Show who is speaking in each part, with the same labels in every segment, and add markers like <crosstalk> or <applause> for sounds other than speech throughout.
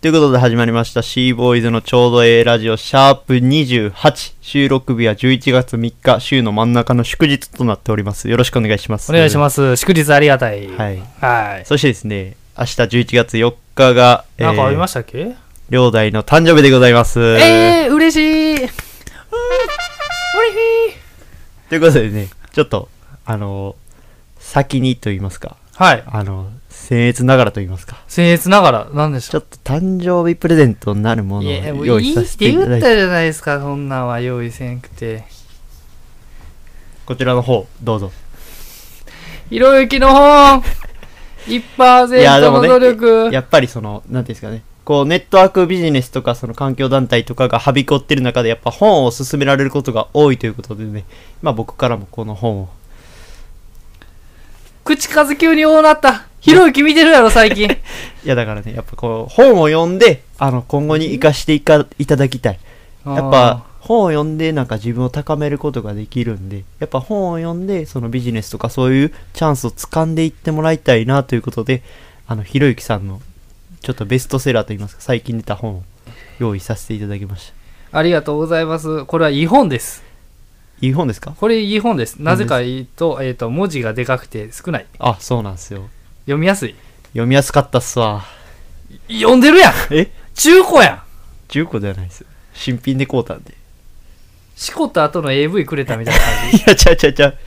Speaker 1: ということで始まりました C ボーイズのちょうどええラジオシャープ28収録日は11月3日週の真ん中の祝日となっておりますよろしくお願いします
Speaker 2: お願いします。祝日ありがたい。
Speaker 1: は
Speaker 2: はい。
Speaker 1: いそしてですね明日11月4日が、え
Speaker 2: なんかありま
Speaker 1: ー、
Speaker 2: したっけ
Speaker 1: 両大の誕生日でございます、
Speaker 2: えー、嬉しい。うん嬉しい。
Speaker 1: ということでねちょっとあの先にと言いますか
Speaker 2: はい。
Speaker 1: あの僭越ながらと言いますか
Speaker 2: 僭越ながら、何でし
Speaker 1: ちょ
Speaker 2: ょ
Speaker 1: っと誕生日プレゼントになるも
Speaker 2: う。
Speaker 1: のを
Speaker 2: いや、もう
Speaker 1: 用
Speaker 2: い
Speaker 1: 意
Speaker 2: い
Speaker 1: さ
Speaker 2: っ
Speaker 1: せて
Speaker 2: て
Speaker 1: いた
Speaker 2: 言
Speaker 1: だ
Speaker 2: っ
Speaker 1: いて
Speaker 2: たじゃないですか、そんなんは用意せんくて。
Speaker 1: こちらの方どうぞ
Speaker 2: ひろゆきの本 !1%
Speaker 1: いやでも
Speaker 2: の
Speaker 1: ね
Speaker 2: 努力、
Speaker 1: やっぱりその、なんていうんですかね、こう、ネットワークビジネスとか、その環境団体とかがはびこってる中で、やっぱ本を勧められることが多いということでね、まあ僕からもこの本を。
Speaker 2: 口数急に多なった。ひろゆき見てるやろ、最近。
Speaker 1: い <laughs> やだからね、やっぱこう、本を読んで、あの、今後に生かしていかいただきたい。やっぱ、本を読んで、なんか自分を高めることができるんで、やっぱ本を読んで、そのビジネスとかそういうチャンスを掴んでいってもらいたいなということで、あの、ひろゆきさんの、ちょっとベストセラーといいますか、最近出た本を用意させていただきました。
Speaker 2: ありがとうございます。これは違本です。
Speaker 1: いい本ですか
Speaker 2: これ違本です。なぜか言うと、えっ、と、文字がでかくて少ない。
Speaker 1: あ、そうなんですよ。
Speaker 2: 読みやすい。
Speaker 1: 読みやすかったっすわ。
Speaker 2: 読んでるやん
Speaker 1: え
Speaker 2: 中古やん
Speaker 1: ?10 個ではないです。新品で買うたんで。
Speaker 2: しこった後の AV くれたみたいな感じ
Speaker 1: <laughs> いや、ちゃうちゃうちゃう。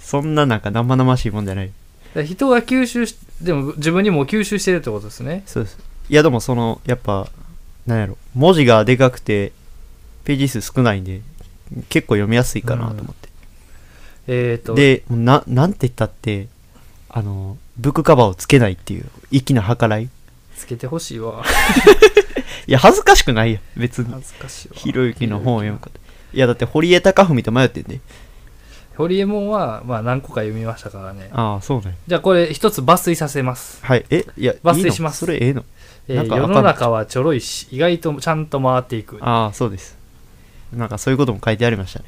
Speaker 1: そんななんか生々しいもんじゃない。
Speaker 2: だから人が吸収しでも自分にも吸収してるってことですね
Speaker 1: そうです。いや、でもその、やっぱ、なんやろ。文字がでかくて、ページ数少ないんで、結構読みやすいかなと思って。
Speaker 2: えっ、と
Speaker 1: で、もうな、なんて言ったって、あの、ブックカバーをつけないっていう、粋な計らい。い
Speaker 2: つけてほしいわ
Speaker 1: や、恥ずかしくないや、別に。
Speaker 2: 恥ずかしいわ
Speaker 1: ひろゆきの本を読むこと。いや、だって、堀江貴文と迷ってんで。
Speaker 2: ホリエモンは、まあ、何個か読みましたからね
Speaker 1: ああ、そうね。
Speaker 2: じゃあこれ一つ抜粋させます、
Speaker 1: はい。え、いや、
Speaker 2: 抜
Speaker 1: いい
Speaker 2: 粋
Speaker 1: の
Speaker 2: します
Speaker 1: それええの
Speaker 2: えー
Speaker 1: なんか
Speaker 2: 世の中はちょろいし意外とちゃんと回っていく
Speaker 1: ああ、そうです。なんかそういうことも書いてありましたね。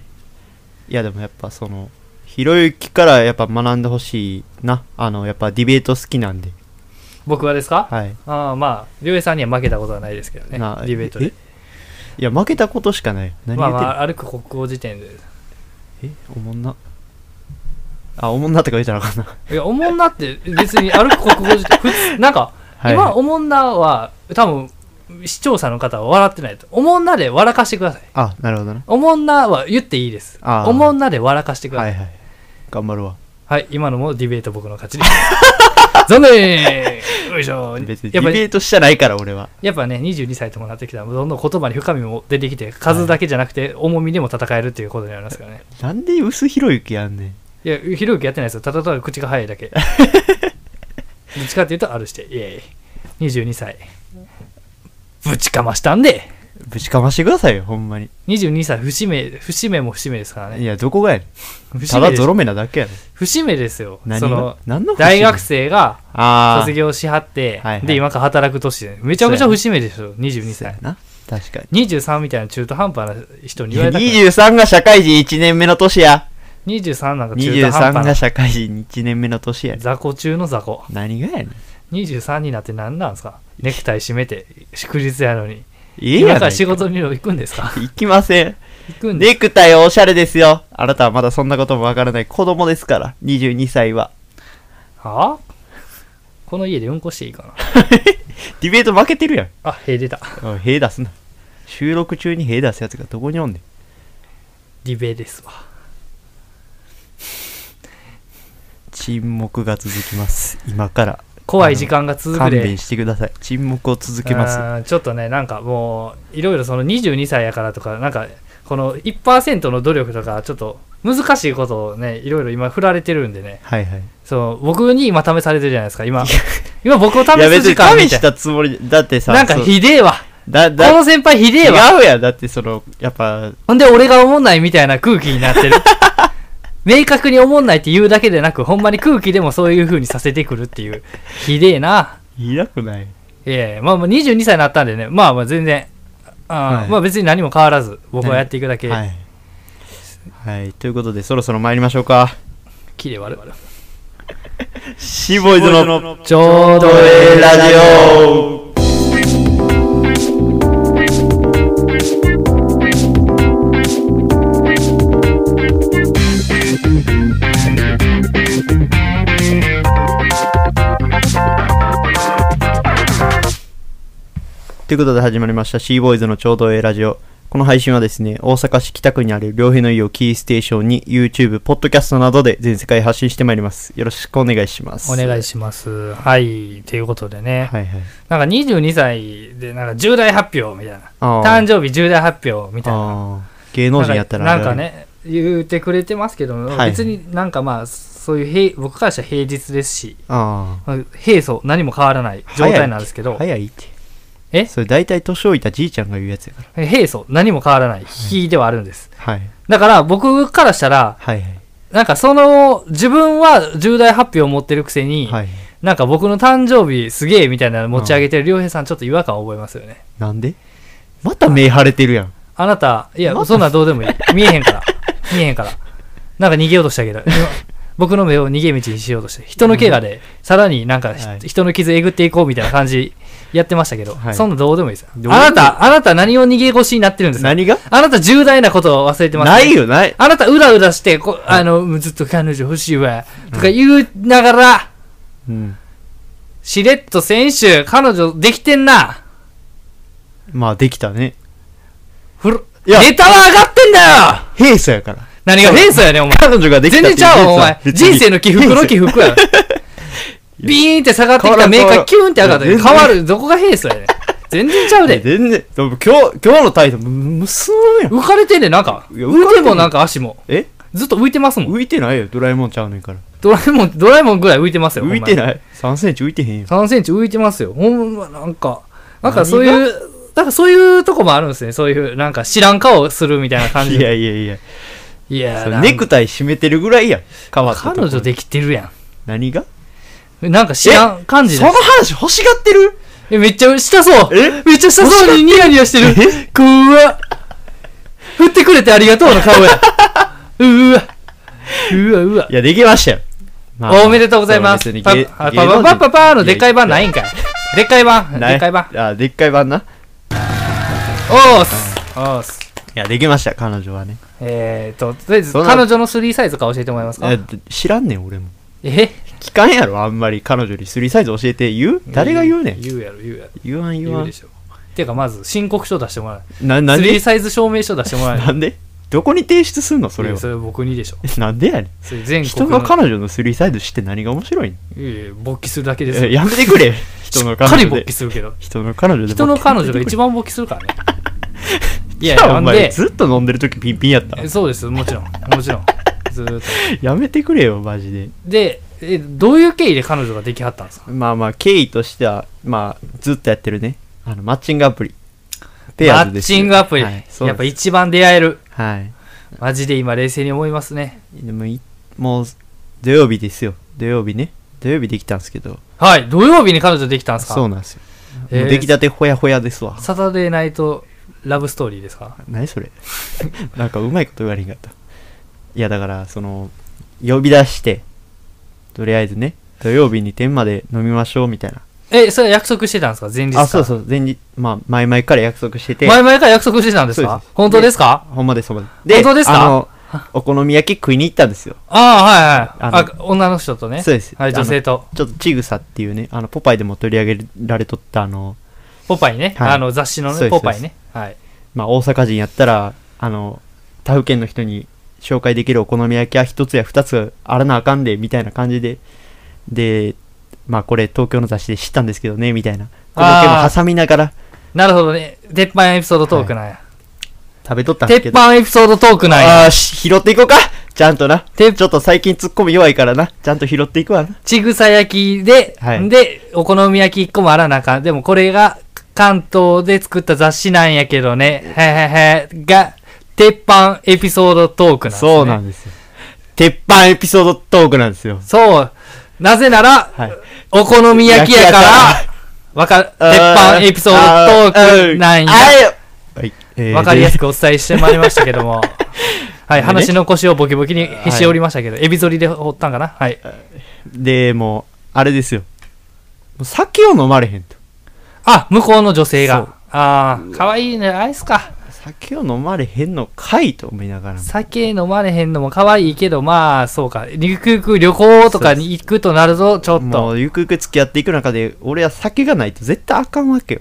Speaker 1: いや、でもやっぱその、ひろゆきからやっぱ学んでほしいな。あの、やっぱディベート好きなんで。
Speaker 2: 僕はですか、
Speaker 1: はい。
Speaker 2: ああまありょうえさんには負けたことはないですけどねデ
Speaker 1: な
Speaker 2: ィベートで
Speaker 1: えいや、負けたことしかない。何
Speaker 2: ま
Speaker 1: 言
Speaker 2: あ
Speaker 1: ってんの、
Speaker 2: まあ歩く国語辞典で
Speaker 1: え、おもんな。あ、おもんなとか言うたらあかんな。
Speaker 2: いやおもんなって別に歩く国語辞典普通なんか
Speaker 1: はい。
Speaker 2: <laughs> 今、おもんなは、多分、視聴者の方は笑ってないと。おもんなで笑かしてください。
Speaker 1: あ、なるほどな。
Speaker 2: おもんなは言っていいです。
Speaker 1: あー
Speaker 2: おもんなで笑かしてくださ。
Speaker 1: はいい
Speaker 2: はい、
Speaker 1: はい。頑張るわ。
Speaker 2: 今のもディベート僕の勝ちです。 <laughs> 残念よいしょ。
Speaker 1: 別にデ
Speaker 2: やっぱ
Speaker 1: ィベ
Speaker 2: り、
Speaker 1: ートしたないから、俺は。
Speaker 2: やっぱね、22歳ともなってきたら、どんどん言葉に深みも出てきて、数だけじゃなくて、重みでも戦えるっていうことになりますからね。
Speaker 1: なんで薄ひろゆきやんねん。
Speaker 2: いや、ひろゆきやってないですよ。ただただ口が早い
Speaker 1: <laughs>
Speaker 2: だけ。どっちかっていうと、あるして、イエーイ。22歳。ぶちかましたんで。
Speaker 1: ぶちかましてくださいよ、ほんまに。
Speaker 2: 22歳節目節目も節目ですから
Speaker 1: い
Speaker 2: ね
Speaker 1: や、どこがやねん。
Speaker 2: 節
Speaker 1: た
Speaker 2: 目
Speaker 1: だ
Speaker 2: で
Speaker 1: ゾ
Speaker 2: す
Speaker 1: ロ目なだけやろ。
Speaker 2: 節目ですよ
Speaker 1: 何
Speaker 2: そ
Speaker 1: が
Speaker 2: の
Speaker 1: 何の節目
Speaker 2: 大学生が
Speaker 1: ああ。
Speaker 2: 卒業しはって
Speaker 1: はいはい
Speaker 2: で今から働く年でめちゃくちゃ節目でしょ22
Speaker 1: そうや
Speaker 2: 歳
Speaker 1: な。確かに。
Speaker 2: 23みたいな中途半端な人に言われたくない
Speaker 1: 23が社会人1年目の年や。
Speaker 2: 23なんか中途半
Speaker 1: 23
Speaker 2: 端
Speaker 1: が
Speaker 2: な
Speaker 1: 社会人1年目の年や。
Speaker 2: 雑魚中の雑魚
Speaker 1: 何がやねん。
Speaker 2: 23になって何なんですかネクタイ締めて祝日やのに
Speaker 1: いい
Speaker 2: 今
Speaker 1: や
Speaker 2: か
Speaker 1: ない
Speaker 2: ら仕事にでも行くんですか
Speaker 1: 行きません。
Speaker 2: 行くんで
Speaker 1: ネクタイおしゃれですよ。あなたはまだそんなこともわからない子供ですから、22歳は。
Speaker 2: はあこの家でうんこしていいかな
Speaker 1: ディベート負けてるやん。
Speaker 2: あへ出た
Speaker 1: おい、兵出すな。収録中に兵出すやつがどこにおんねん。
Speaker 2: リベですわ
Speaker 1: 沈黙が続きます。今から。
Speaker 2: 怖い時間が続く
Speaker 1: 勘
Speaker 2: で
Speaker 1: 弁してください。沈黙を続けます。
Speaker 2: あーちょっとねなんかもういろいろその22歳やからとかなんかこの1%の努力とかちょっと難しいことをねいろいろ今振られてるんでね
Speaker 1: はいはい。
Speaker 2: そう僕に今試されてるじゃないです
Speaker 1: <laughs>
Speaker 2: か今今僕を試
Speaker 1: いや
Speaker 2: す
Speaker 1: 別
Speaker 2: 時
Speaker 1: に
Speaker 2: 間
Speaker 1: 試
Speaker 2: みた
Speaker 1: し
Speaker 2: いな
Speaker 1: たつもりで、だってさ、
Speaker 2: なんか
Speaker 1: そう
Speaker 2: ひでえわ
Speaker 1: だ、
Speaker 2: こ
Speaker 1: だ、
Speaker 2: の先輩ひでえわ
Speaker 1: 違うやんだってそのやっぱ
Speaker 2: ほんで俺が思んないみたいな空気にな
Speaker 1: <laughs>
Speaker 2: ってる明確に思んないって言うだけでなくほんまに空気でもそういう風にさせてくるっていうひでえない
Speaker 1: なくない
Speaker 2: ええまあまあ22歳になったんでねまあまあ全然あー、
Speaker 1: はい
Speaker 2: まあ別に何も変わらず僕はやっていくだけ、
Speaker 1: はい、はい、ということでそろそろ参りましょうか
Speaker 2: 綺麗悪い悪い
Speaker 1: シーボイズの
Speaker 2: ちょう
Speaker 1: どええラジオということで始まりました C ボーイズのちょうどええラジオ。この配信はですね、大阪市北区にある両平の家をキーステーションに YouTube、ポッドキャストなどで全世界発信してまいります。よろしくお願いします。
Speaker 2: お願い
Speaker 1: し
Speaker 2: します。はい。ということでね。
Speaker 1: はいはい。
Speaker 2: なんか22歳で、なんか重大発表みたいな。
Speaker 1: あー
Speaker 2: 誕生日重大発表みたいな。
Speaker 1: あー芸能人やったら
Speaker 2: なんか
Speaker 1: あるある
Speaker 2: なんかね言ってくれてますけど、
Speaker 1: はい
Speaker 2: 別になんかまあそういう平僕からしたら平日ですし
Speaker 1: あ
Speaker 2: まあ平素何も変わらない
Speaker 1: あ
Speaker 2: 状態なんですけど
Speaker 1: 早いって
Speaker 2: え
Speaker 1: それ大体年老いたじいちゃんが言うやつやから
Speaker 2: 平素何も変わらない日ではあるんです、
Speaker 1: はい
Speaker 2: だから僕からしたら
Speaker 1: はいはい
Speaker 2: なんかその自分は重大発表を持ってるくせに、
Speaker 1: はい
Speaker 2: なんか僕の誕生日すげえみたいなの持ち上げてる良平さんちょっと違和感を覚えますよね
Speaker 1: なんでまた目腫れてるやん
Speaker 2: あなたいやそんなんどうでもいい見えへんから見えへんからなんか逃げようとしてあげる <laughs> 僕の目を逃げ道にしようとして人の怪我でさらになんかひ、
Speaker 1: はい
Speaker 2: 人の傷えぐっていこうみたいな感じやってましたけど、
Speaker 1: はい
Speaker 2: そんなどうでもいいですよあ
Speaker 1: どうでもいい
Speaker 2: なたあなた何を逃げ腰になってるんですか
Speaker 1: 何が
Speaker 2: あなた重大なことを忘れてますね、
Speaker 1: ないよない
Speaker 2: あなたうだうだしてこあのずっと彼女欲しいわとか言いながら、
Speaker 1: うん
Speaker 2: しれっと先週彼女できてんな
Speaker 1: まあできたね
Speaker 2: ふる
Speaker 1: いや
Speaker 2: ネタは上がってんだよ
Speaker 1: 平素やから
Speaker 2: 何が平素やねんお前
Speaker 1: 彼女ができた
Speaker 2: 全
Speaker 1: ってい
Speaker 2: 然ちゃうわお
Speaker 1: 事実は
Speaker 2: 前人生の起伏の起伏やろ <laughs> ビーンって下がってきたメーカーキューンって上がって
Speaker 1: 変
Speaker 2: 変
Speaker 1: わらん
Speaker 2: わるどこが平素やねん全然ちゃう
Speaker 1: 平
Speaker 2: で
Speaker 1: 素全然でも今日今日のタイトルむむすむやん
Speaker 2: 浮かれてんねんなんか
Speaker 1: いや浮かれてん
Speaker 2: 浮いてもなんか足も
Speaker 1: え
Speaker 2: ずっと浮いてますもん
Speaker 1: 浮いてないよドラえもんちゃうねんから
Speaker 2: ドラえもんドラえもんぐらい浮いてますよ
Speaker 1: 浮いて
Speaker 2: い
Speaker 1: ない3センチ浮いてへんよ
Speaker 2: 3センチ浮いてますよほんまなんかなんかそういうなんかそういうとこもあるんですねそういうなんか知らん顔するみたいな感じ
Speaker 1: いやいやいや
Speaker 2: いや
Speaker 1: それ
Speaker 2: なんか
Speaker 1: ネクタイ締めてるぐらいやん変わったとこ
Speaker 2: 彼女できてるや
Speaker 1: 何が
Speaker 2: んなんか知らん感じ
Speaker 1: そ
Speaker 2: だ
Speaker 1: の話欲しがってる
Speaker 2: えめっちゃしたそう
Speaker 1: え
Speaker 2: めっちゃしたそうにニヤニヤしてる。くわ。振ってくれてありがとうの顔や。うわ。うわうわ
Speaker 1: い。や、できましたよ。
Speaker 2: おめでとうございます。パパパパパパパーのでっかい版ないんかい。でっかい版。でっかい版。
Speaker 1: あ、でっかい版な。い
Speaker 2: おーす。おーす。
Speaker 1: や、できました、彼女はね。
Speaker 2: えーと、とりあえず、
Speaker 1: そん
Speaker 2: 彼
Speaker 1: な
Speaker 2: 女の3サイズか教えてもらえますか
Speaker 1: え知らんねん、俺も。
Speaker 2: え
Speaker 1: 聞かんやろ、あんまり彼女にスリーサイズ教えて言う誰が言うねん。
Speaker 2: 言うやろ、言うやろ。
Speaker 1: 言わん言
Speaker 2: 言
Speaker 1: わ
Speaker 2: うんで。しょ。てか、まず、申告書出してもら
Speaker 1: な、な
Speaker 2: う。
Speaker 1: ん
Speaker 2: 3
Speaker 1: で
Speaker 2: サイズ証明書出してもら
Speaker 1: な
Speaker 2: う。
Speaker 1: んでどこに提出すん <laughs> の、それ
Speaker 2: い
Speaker 1: は
Speaker 2: や。それ僕にでしょ。
Speaker 1: なんでやね
Speaker 2: それ
Speaker 1: ん。
Speaker 2: 全国
Speaker 1: 人
Speaker 2: の
Speaker 1: が彼女のスリーサイズ知って何が面白いの
Speaker 2: いやいや勃起するだけですよ
Speaker 1: えやめてくれ。人
Speaker 2: し
Speaker 1: の
Speaker 2: っか
Speaker 1: 彼女
Speaker 2: り勃
Speaker 1: で
Speaker 2: 起。するけど
Speaker 1: 人の彼女で。
Speaker 2: 人の彼女が一
Speaker 1: 番。
Speaker 2: 番勃起するからねい
Speaker 1: い
Speaker 2: やい
Speaker 1: や、
Speaker 2: や
Speaker 1: お
Speaker 2: んで
Speaker 1: 前ずっと飲んでる時ピンピンやった
Speaker 2: え。そうですもちろんもちろんずーっと <laughs>
Speaker 1: やめてくれよ、マジで。
Speaker 2: でえどういう経緯で彼女ができはったんですか
Speaker 1: まあまあ、経緯としては、まあ、ずっとやってるね。あの、マッチングアプリ。ペ
Speaker 2: マ
Speaker 1: アーズ
Speaker 2: ッ
Speaker 1: です
Speaker 2: チングアプリ、
Speaker 1: はい、そう
Speaker 2: や
Speaker 1: で
Speaker 2: っ
Speaker 1: す
Speaker 2: ぱ一番出会える
Speaker 1: はい。
Speaker 2: マジで今冷静に思いますね
Speaker 1: でもい、もう、土曜日ですよ。土曜日ね。土曜日できたんですけど。
Speaker 2: はい土曜日に彼女できたんですか
Speaker 1: そうなんですよ。
Speaker 2: えー
Speaker 1: もう出来たてほやほやですわ。
Speaker 2: サタデーナイトラブストーリーですか
Speaker 1: 何それ。 <laughs> なんかうまいこと言われへんかった。いや、だから、その、呼び出して、とりあえずね、土曜日に天まで飲みましょうみたいな。
Speaker 2: えそれ約束してたんですか前日から
Speaker 1: あ、そうそう、前日、まあ、前々から約束してて。
Speaker 2: 前々から約束してたんです
Speaker 1: そう
Speaker 2: か
Speaker 1: です
Speaker 2: 本当ですか
Speaker 1: ほんまです、ほんまです。で
Speaker 2: 本当ですか
Speaker 1: あの、お好み焼き食いに行ったんですよ。
Speaker 2: ああはいはい
Speaker 1: あ
Speaker 2: あ女の人とね
Speaker 1: そうです
Speaker 2: はい女性と
Speaker 1: ちょっとちぐさっていうね、あの、ポパイでも取り上げられとった、あの、
Speaker 2: ポパイね、
Speaker 1: はい
Speaker 2: あの雑誌の
Speaker 1: そう
Speaker 2: ね
Speaker 1: です
Speaker 2: ポパイねはい
Speaker 1: まあ、大阪人やったら、あの、他府県の人に紹介できるお好み焼きは一つや二つあらなあかんで、みたいな感じで、で、まあ、これ東京の雑誌で知ったんですけどね、みたいな。この件
Speaker 2: あ
Speaker 1: も
Speaker 2: ー
Speaker 1: 挟みながら
Speaker 2: なるほどね鉄板エピソードトークなんや、
Speaker 1: 食べとったんです
Speaker 2: 鉄
Speaker 1: けど。
Speaker 2: 板エピソードトークなんや
Speaker 1: ああ、し拾っていこうかちゃんとな。
Speaker 2: 鉄
Speaker 1: ちょっと最近ツッコミ弱いからな。ちゃんと拾っていくわな。
Speaker 2: ちぐさ焼きで、
Speaker 1: はい
Speaker 2: でお好み焼き1個もあらなあかんでもこれが関東で作った雑誌なんやけどねへへへが鉄板エピソードトークなんです、ね、
Speaker 1: そうなんですよ。鉄板エピソードトークなんですよ。
Speaker 2: そうなぜなら、
Speaker 1: はい。
Speaker 2: お好み焼きやから
Speaker 1: 焼
Speaker 2: わか鉄板エピソードトークなんや
Speaker 1: はいえー
Speaker 2: わかりやすくお伝えしてまいりました
Speaker 1: <laughs>
Speaker 2: けども。はい、
Speaker 1: でね
Speaker 2: 話の腰をボキボキにへし折りましたけど、エビ反りで折ったんかなはい。
Speaker 1: で、でもう、あれですよ。もう酒を飲まれへんと。
Speaker 2: あ、向こうの女性
Speaker 1: そう
Speaker 2: が。ああ、かわいいね、アイスか。
Speaker 1: 酒を飲まれへんのかいと思いながらも。
Speaker 2: 酒飲まれへんのもかわいいけど、まあ、そうか。ゆくゆく旅行とかに行くとなるぞ、ちょっ
Speaker 1: も
Speaker 2: と。
Speaker 1: うゆくゆく付き合っていく中で、俺は酒がないと絶対あかんわけよ。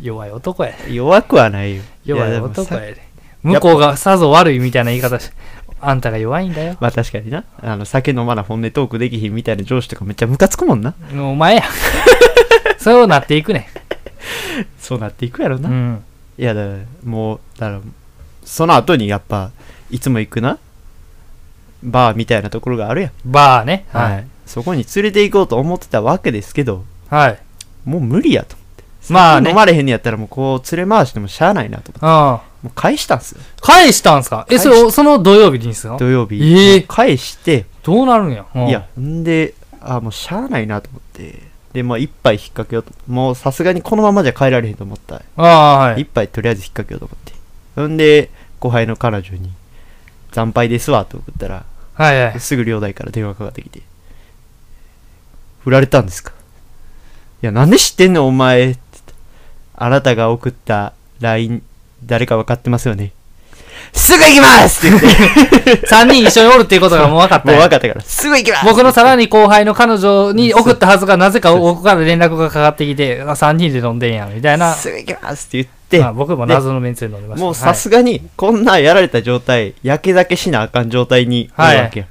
Speaker 2: 弱い男や。
Speaker 1: 弱くはないよ
Speaker 2: 弱
Speaker 1: や
Speaker 2: い
Speaker 1: でもさ
Speaker 2: 男やで。向こうがさぞ悪いみたいな言い方し、あんたが弱いんだよ。
Speaker 1: まあ確かになあの酒飲まな本音トークできひんみたいな上司とかめっちゃムカつくもんな
Speaker 2: お前や。 <laughs> そうなっていくね。
Speaker 1: そうなっていくやろ
Speaker 2: う
Speaker 1: な、い
Speaker 2: ん。
Speaker 1: やだからもうだからその後にやっぱいつも行くなバーみたいなところがあるやん、
Speaker 2: バーね。はい。
Speaker 1: い、そこに連れて行こうと思ってたわけですけど
Speaker 2: はい。
Speaker 1: もう無理やと
Speaker 2: まあね
Speaker 1: 酒飲まれへんのやったらもうこう連れ回してもしゃあないなと思って
Speaker 2: うん。
Speaker 1: もう返したんすよ
Speaker 2: 返したんすか
Speaker 1: 返
Speaker 2: え、
Speaker 1: し
Speaker 2: それ、その土曜日にですか
Speaker 1: 土曜日、
Speaker 2: ええ
Speaker 1: 返して
Speaker 2: どうなるんや。うん
Speaker 1: いや。、んで、あもうしゃあないなと思って、で、まあ、一杯引っ掛けようと、もうさすがにこのままじゃ帰られへんと思った。
Speaker 2: ああ、は
Speaker 1: 一
Speaker 2: い。
Speaker 1: 杯とりあえず引っ掛けようと思って。ほんで、後輩の彼女に、惨敗ですわと送ったら、
Speaker 2: はいは
Speaker 1: <laughs>
Speaker 2: い。
Speaker 1: すぐ両代から電話かかってきて、振られたんですかいや、なんで知ってんの、お前って言ったあなたが送った LINE、誰か分かってますよね。すぐ行きますって言 <laughs> って、
Speaker 2: 三人一緒におるっていうことがもう分かったん
Speaker 1: もう
Speaker 2: や。
Speaker 1: 分かったから、すぐ行きます
Speaker 2: 僕のさらに後輩の彼女に送ったはずが、なぜか僕から連絡がかかってきて、あ3人で飲んでんや、みたいな。
Speaker 1: すぐ行きますって言って、
Speaker 2: まあ、僕も謎のメンツで飲んでました。
Speaker 1: もうさすがに、こんなやられた状態、やけ酒しなあかん状態になるわけや。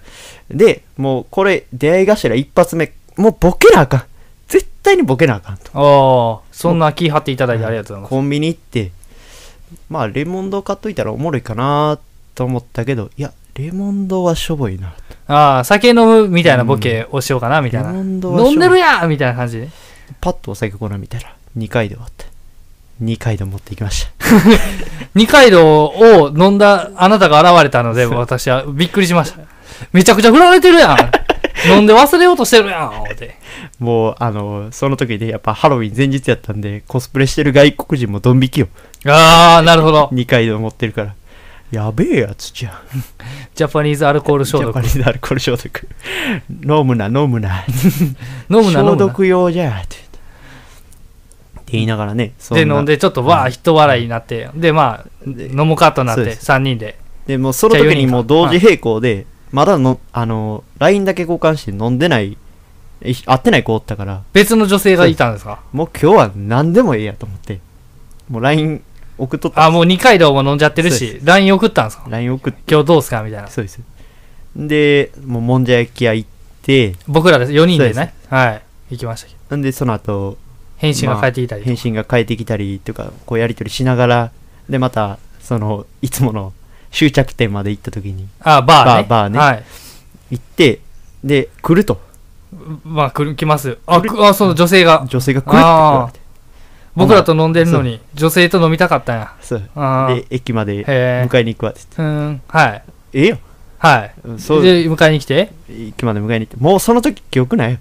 Speaker 1: で、もうこれ、出会い頭一発目、もうボケなあかん。絶対にボケなあかんと。
Speaker 2: はい、おーそんな気張っていただいてありがとうござい
Speaker 1: コンビニ行って、まあ、レモンド買っといたらおもろいかなと思ったけど、いや、レモンドはしょぼいな。
Speaker 2: ます。ああ、酒飲むみたいなボケをしようかな、みたいな。
Speaker 1: レモンドはしょ
Speaker 2: 飲んでるやんみたいな感じで。
Speaker 1: パッとお酒粉見たら、2回で終わった。2回で持っていきました。
Speaker 2: 二階堂を飲んだあなたが現れたので、私はびっくりしました。めちゃくちゃ振られてるや <laughs> ん飲んで忘れようとしてるやん思って。
Speaker 1: もう、あの、その時で、やっぱハロウィン前日やったんで、コスプレしてる外国人もドン引きよ。
Speaker 2: ああ、なるほど。
Speaker 1: 2回で持ってるから。やべえやつじゃん。
Speaker 2: <laughs> ジャパニーズアルコール消
Speaker 1: ジャパ
Speaker 2: 毒。
Speaker 1: ニーズアルコール消毒。飲むな、飲むな。
Speaker 2: 飲むな、飲
Speaker 1: 消
Speaker 2: むな。
Speaker 1: 毒用じゃ。って言ってって言いながらね、そ
Speaker 2: で、
Speaker 1: な
Speaker 2: 飲んで、ちょっとわあ、人笑いになって、で、まあ、飲むかとなっ
Speaker 1: そう
Speaker 2: て、
Speaker 1: です
Speaker 2: 3人で。
Speaker 1: で、もうその
Speaker 2: じゃあ
Speaker 1: 時
Speaker 2: 四
Speaker 1: に
Speaker 2: 人か
Speaker 1: もう同時並行で、まだの、あの、LINE だけ交換して飲んでない、え会ってない子おったから、
Speaker 2: 別の女性がいたんですか
Speaker 1: もう今日は何でもええやと思って、もう LINE 送っとった。
Speaker 2: あ、もう二階堂も飲んじゃってる
Speaker 1: そう
Speaker 2: し、LINE 送ったんですか
Speaker 1: LINE 送って、
Speaker 2: 今日どうすかみたいな。
Speaker 1: そうです。で、もうもんじゃ焼き屋行って、
Speaker 2: 僕らです。4人で
Speaker 1: そうで
Speaker 2: ね。はい。行きましたけど。
Speaker 1: んでその後、
Speaker 2: 返信が返ってきたりとか。
Speaker 1: 返信が返ってきたりとかこうやり取りしながらでまたそのいつもの終着点まで行った時に
Speaker 2: あ、バーね。
Speaker 1: バーバーね
Speaker 2: はい。
Speaker 1: 行ってで来ると
Speaker 2: まあ、来る来ますよ。あ、くあその女性が。
Speaker 1: 女性が来るって言われて
Speaker 2: 僕らと飲んでるのに、女性と飲みたかったんや。
Speaker 1: そう
Speaker 2: あー
Speaker 1: で駅まで
Speaker 2: へえ。
Speaker 1: 迎えに行くわって
Speaker 2: うーん。はい。
Speaker 1: 言ってえ
Speaker 2: はい。
Speaker 1: えよそう
Speaker 2: で、迎えに来て。
Speaker 1: 駅まで迎えに行ってもうその時記憶ないよ